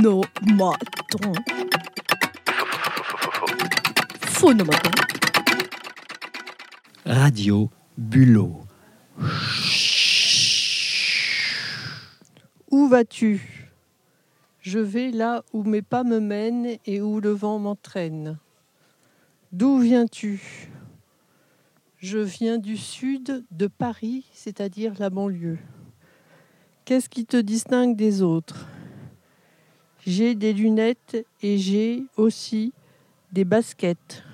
Phonomaton. Phonomaton. Radio Bulot. Où vas-tu Je vais là où mes pas me mènent et où le vent m'entraîne. D'où viens-tu Je viens du sud de Paris, c'est-à-dire la banlieue. Qu'est-ce qui te distingue des autres J'ai des lunettes et j'ai aussi des baskets.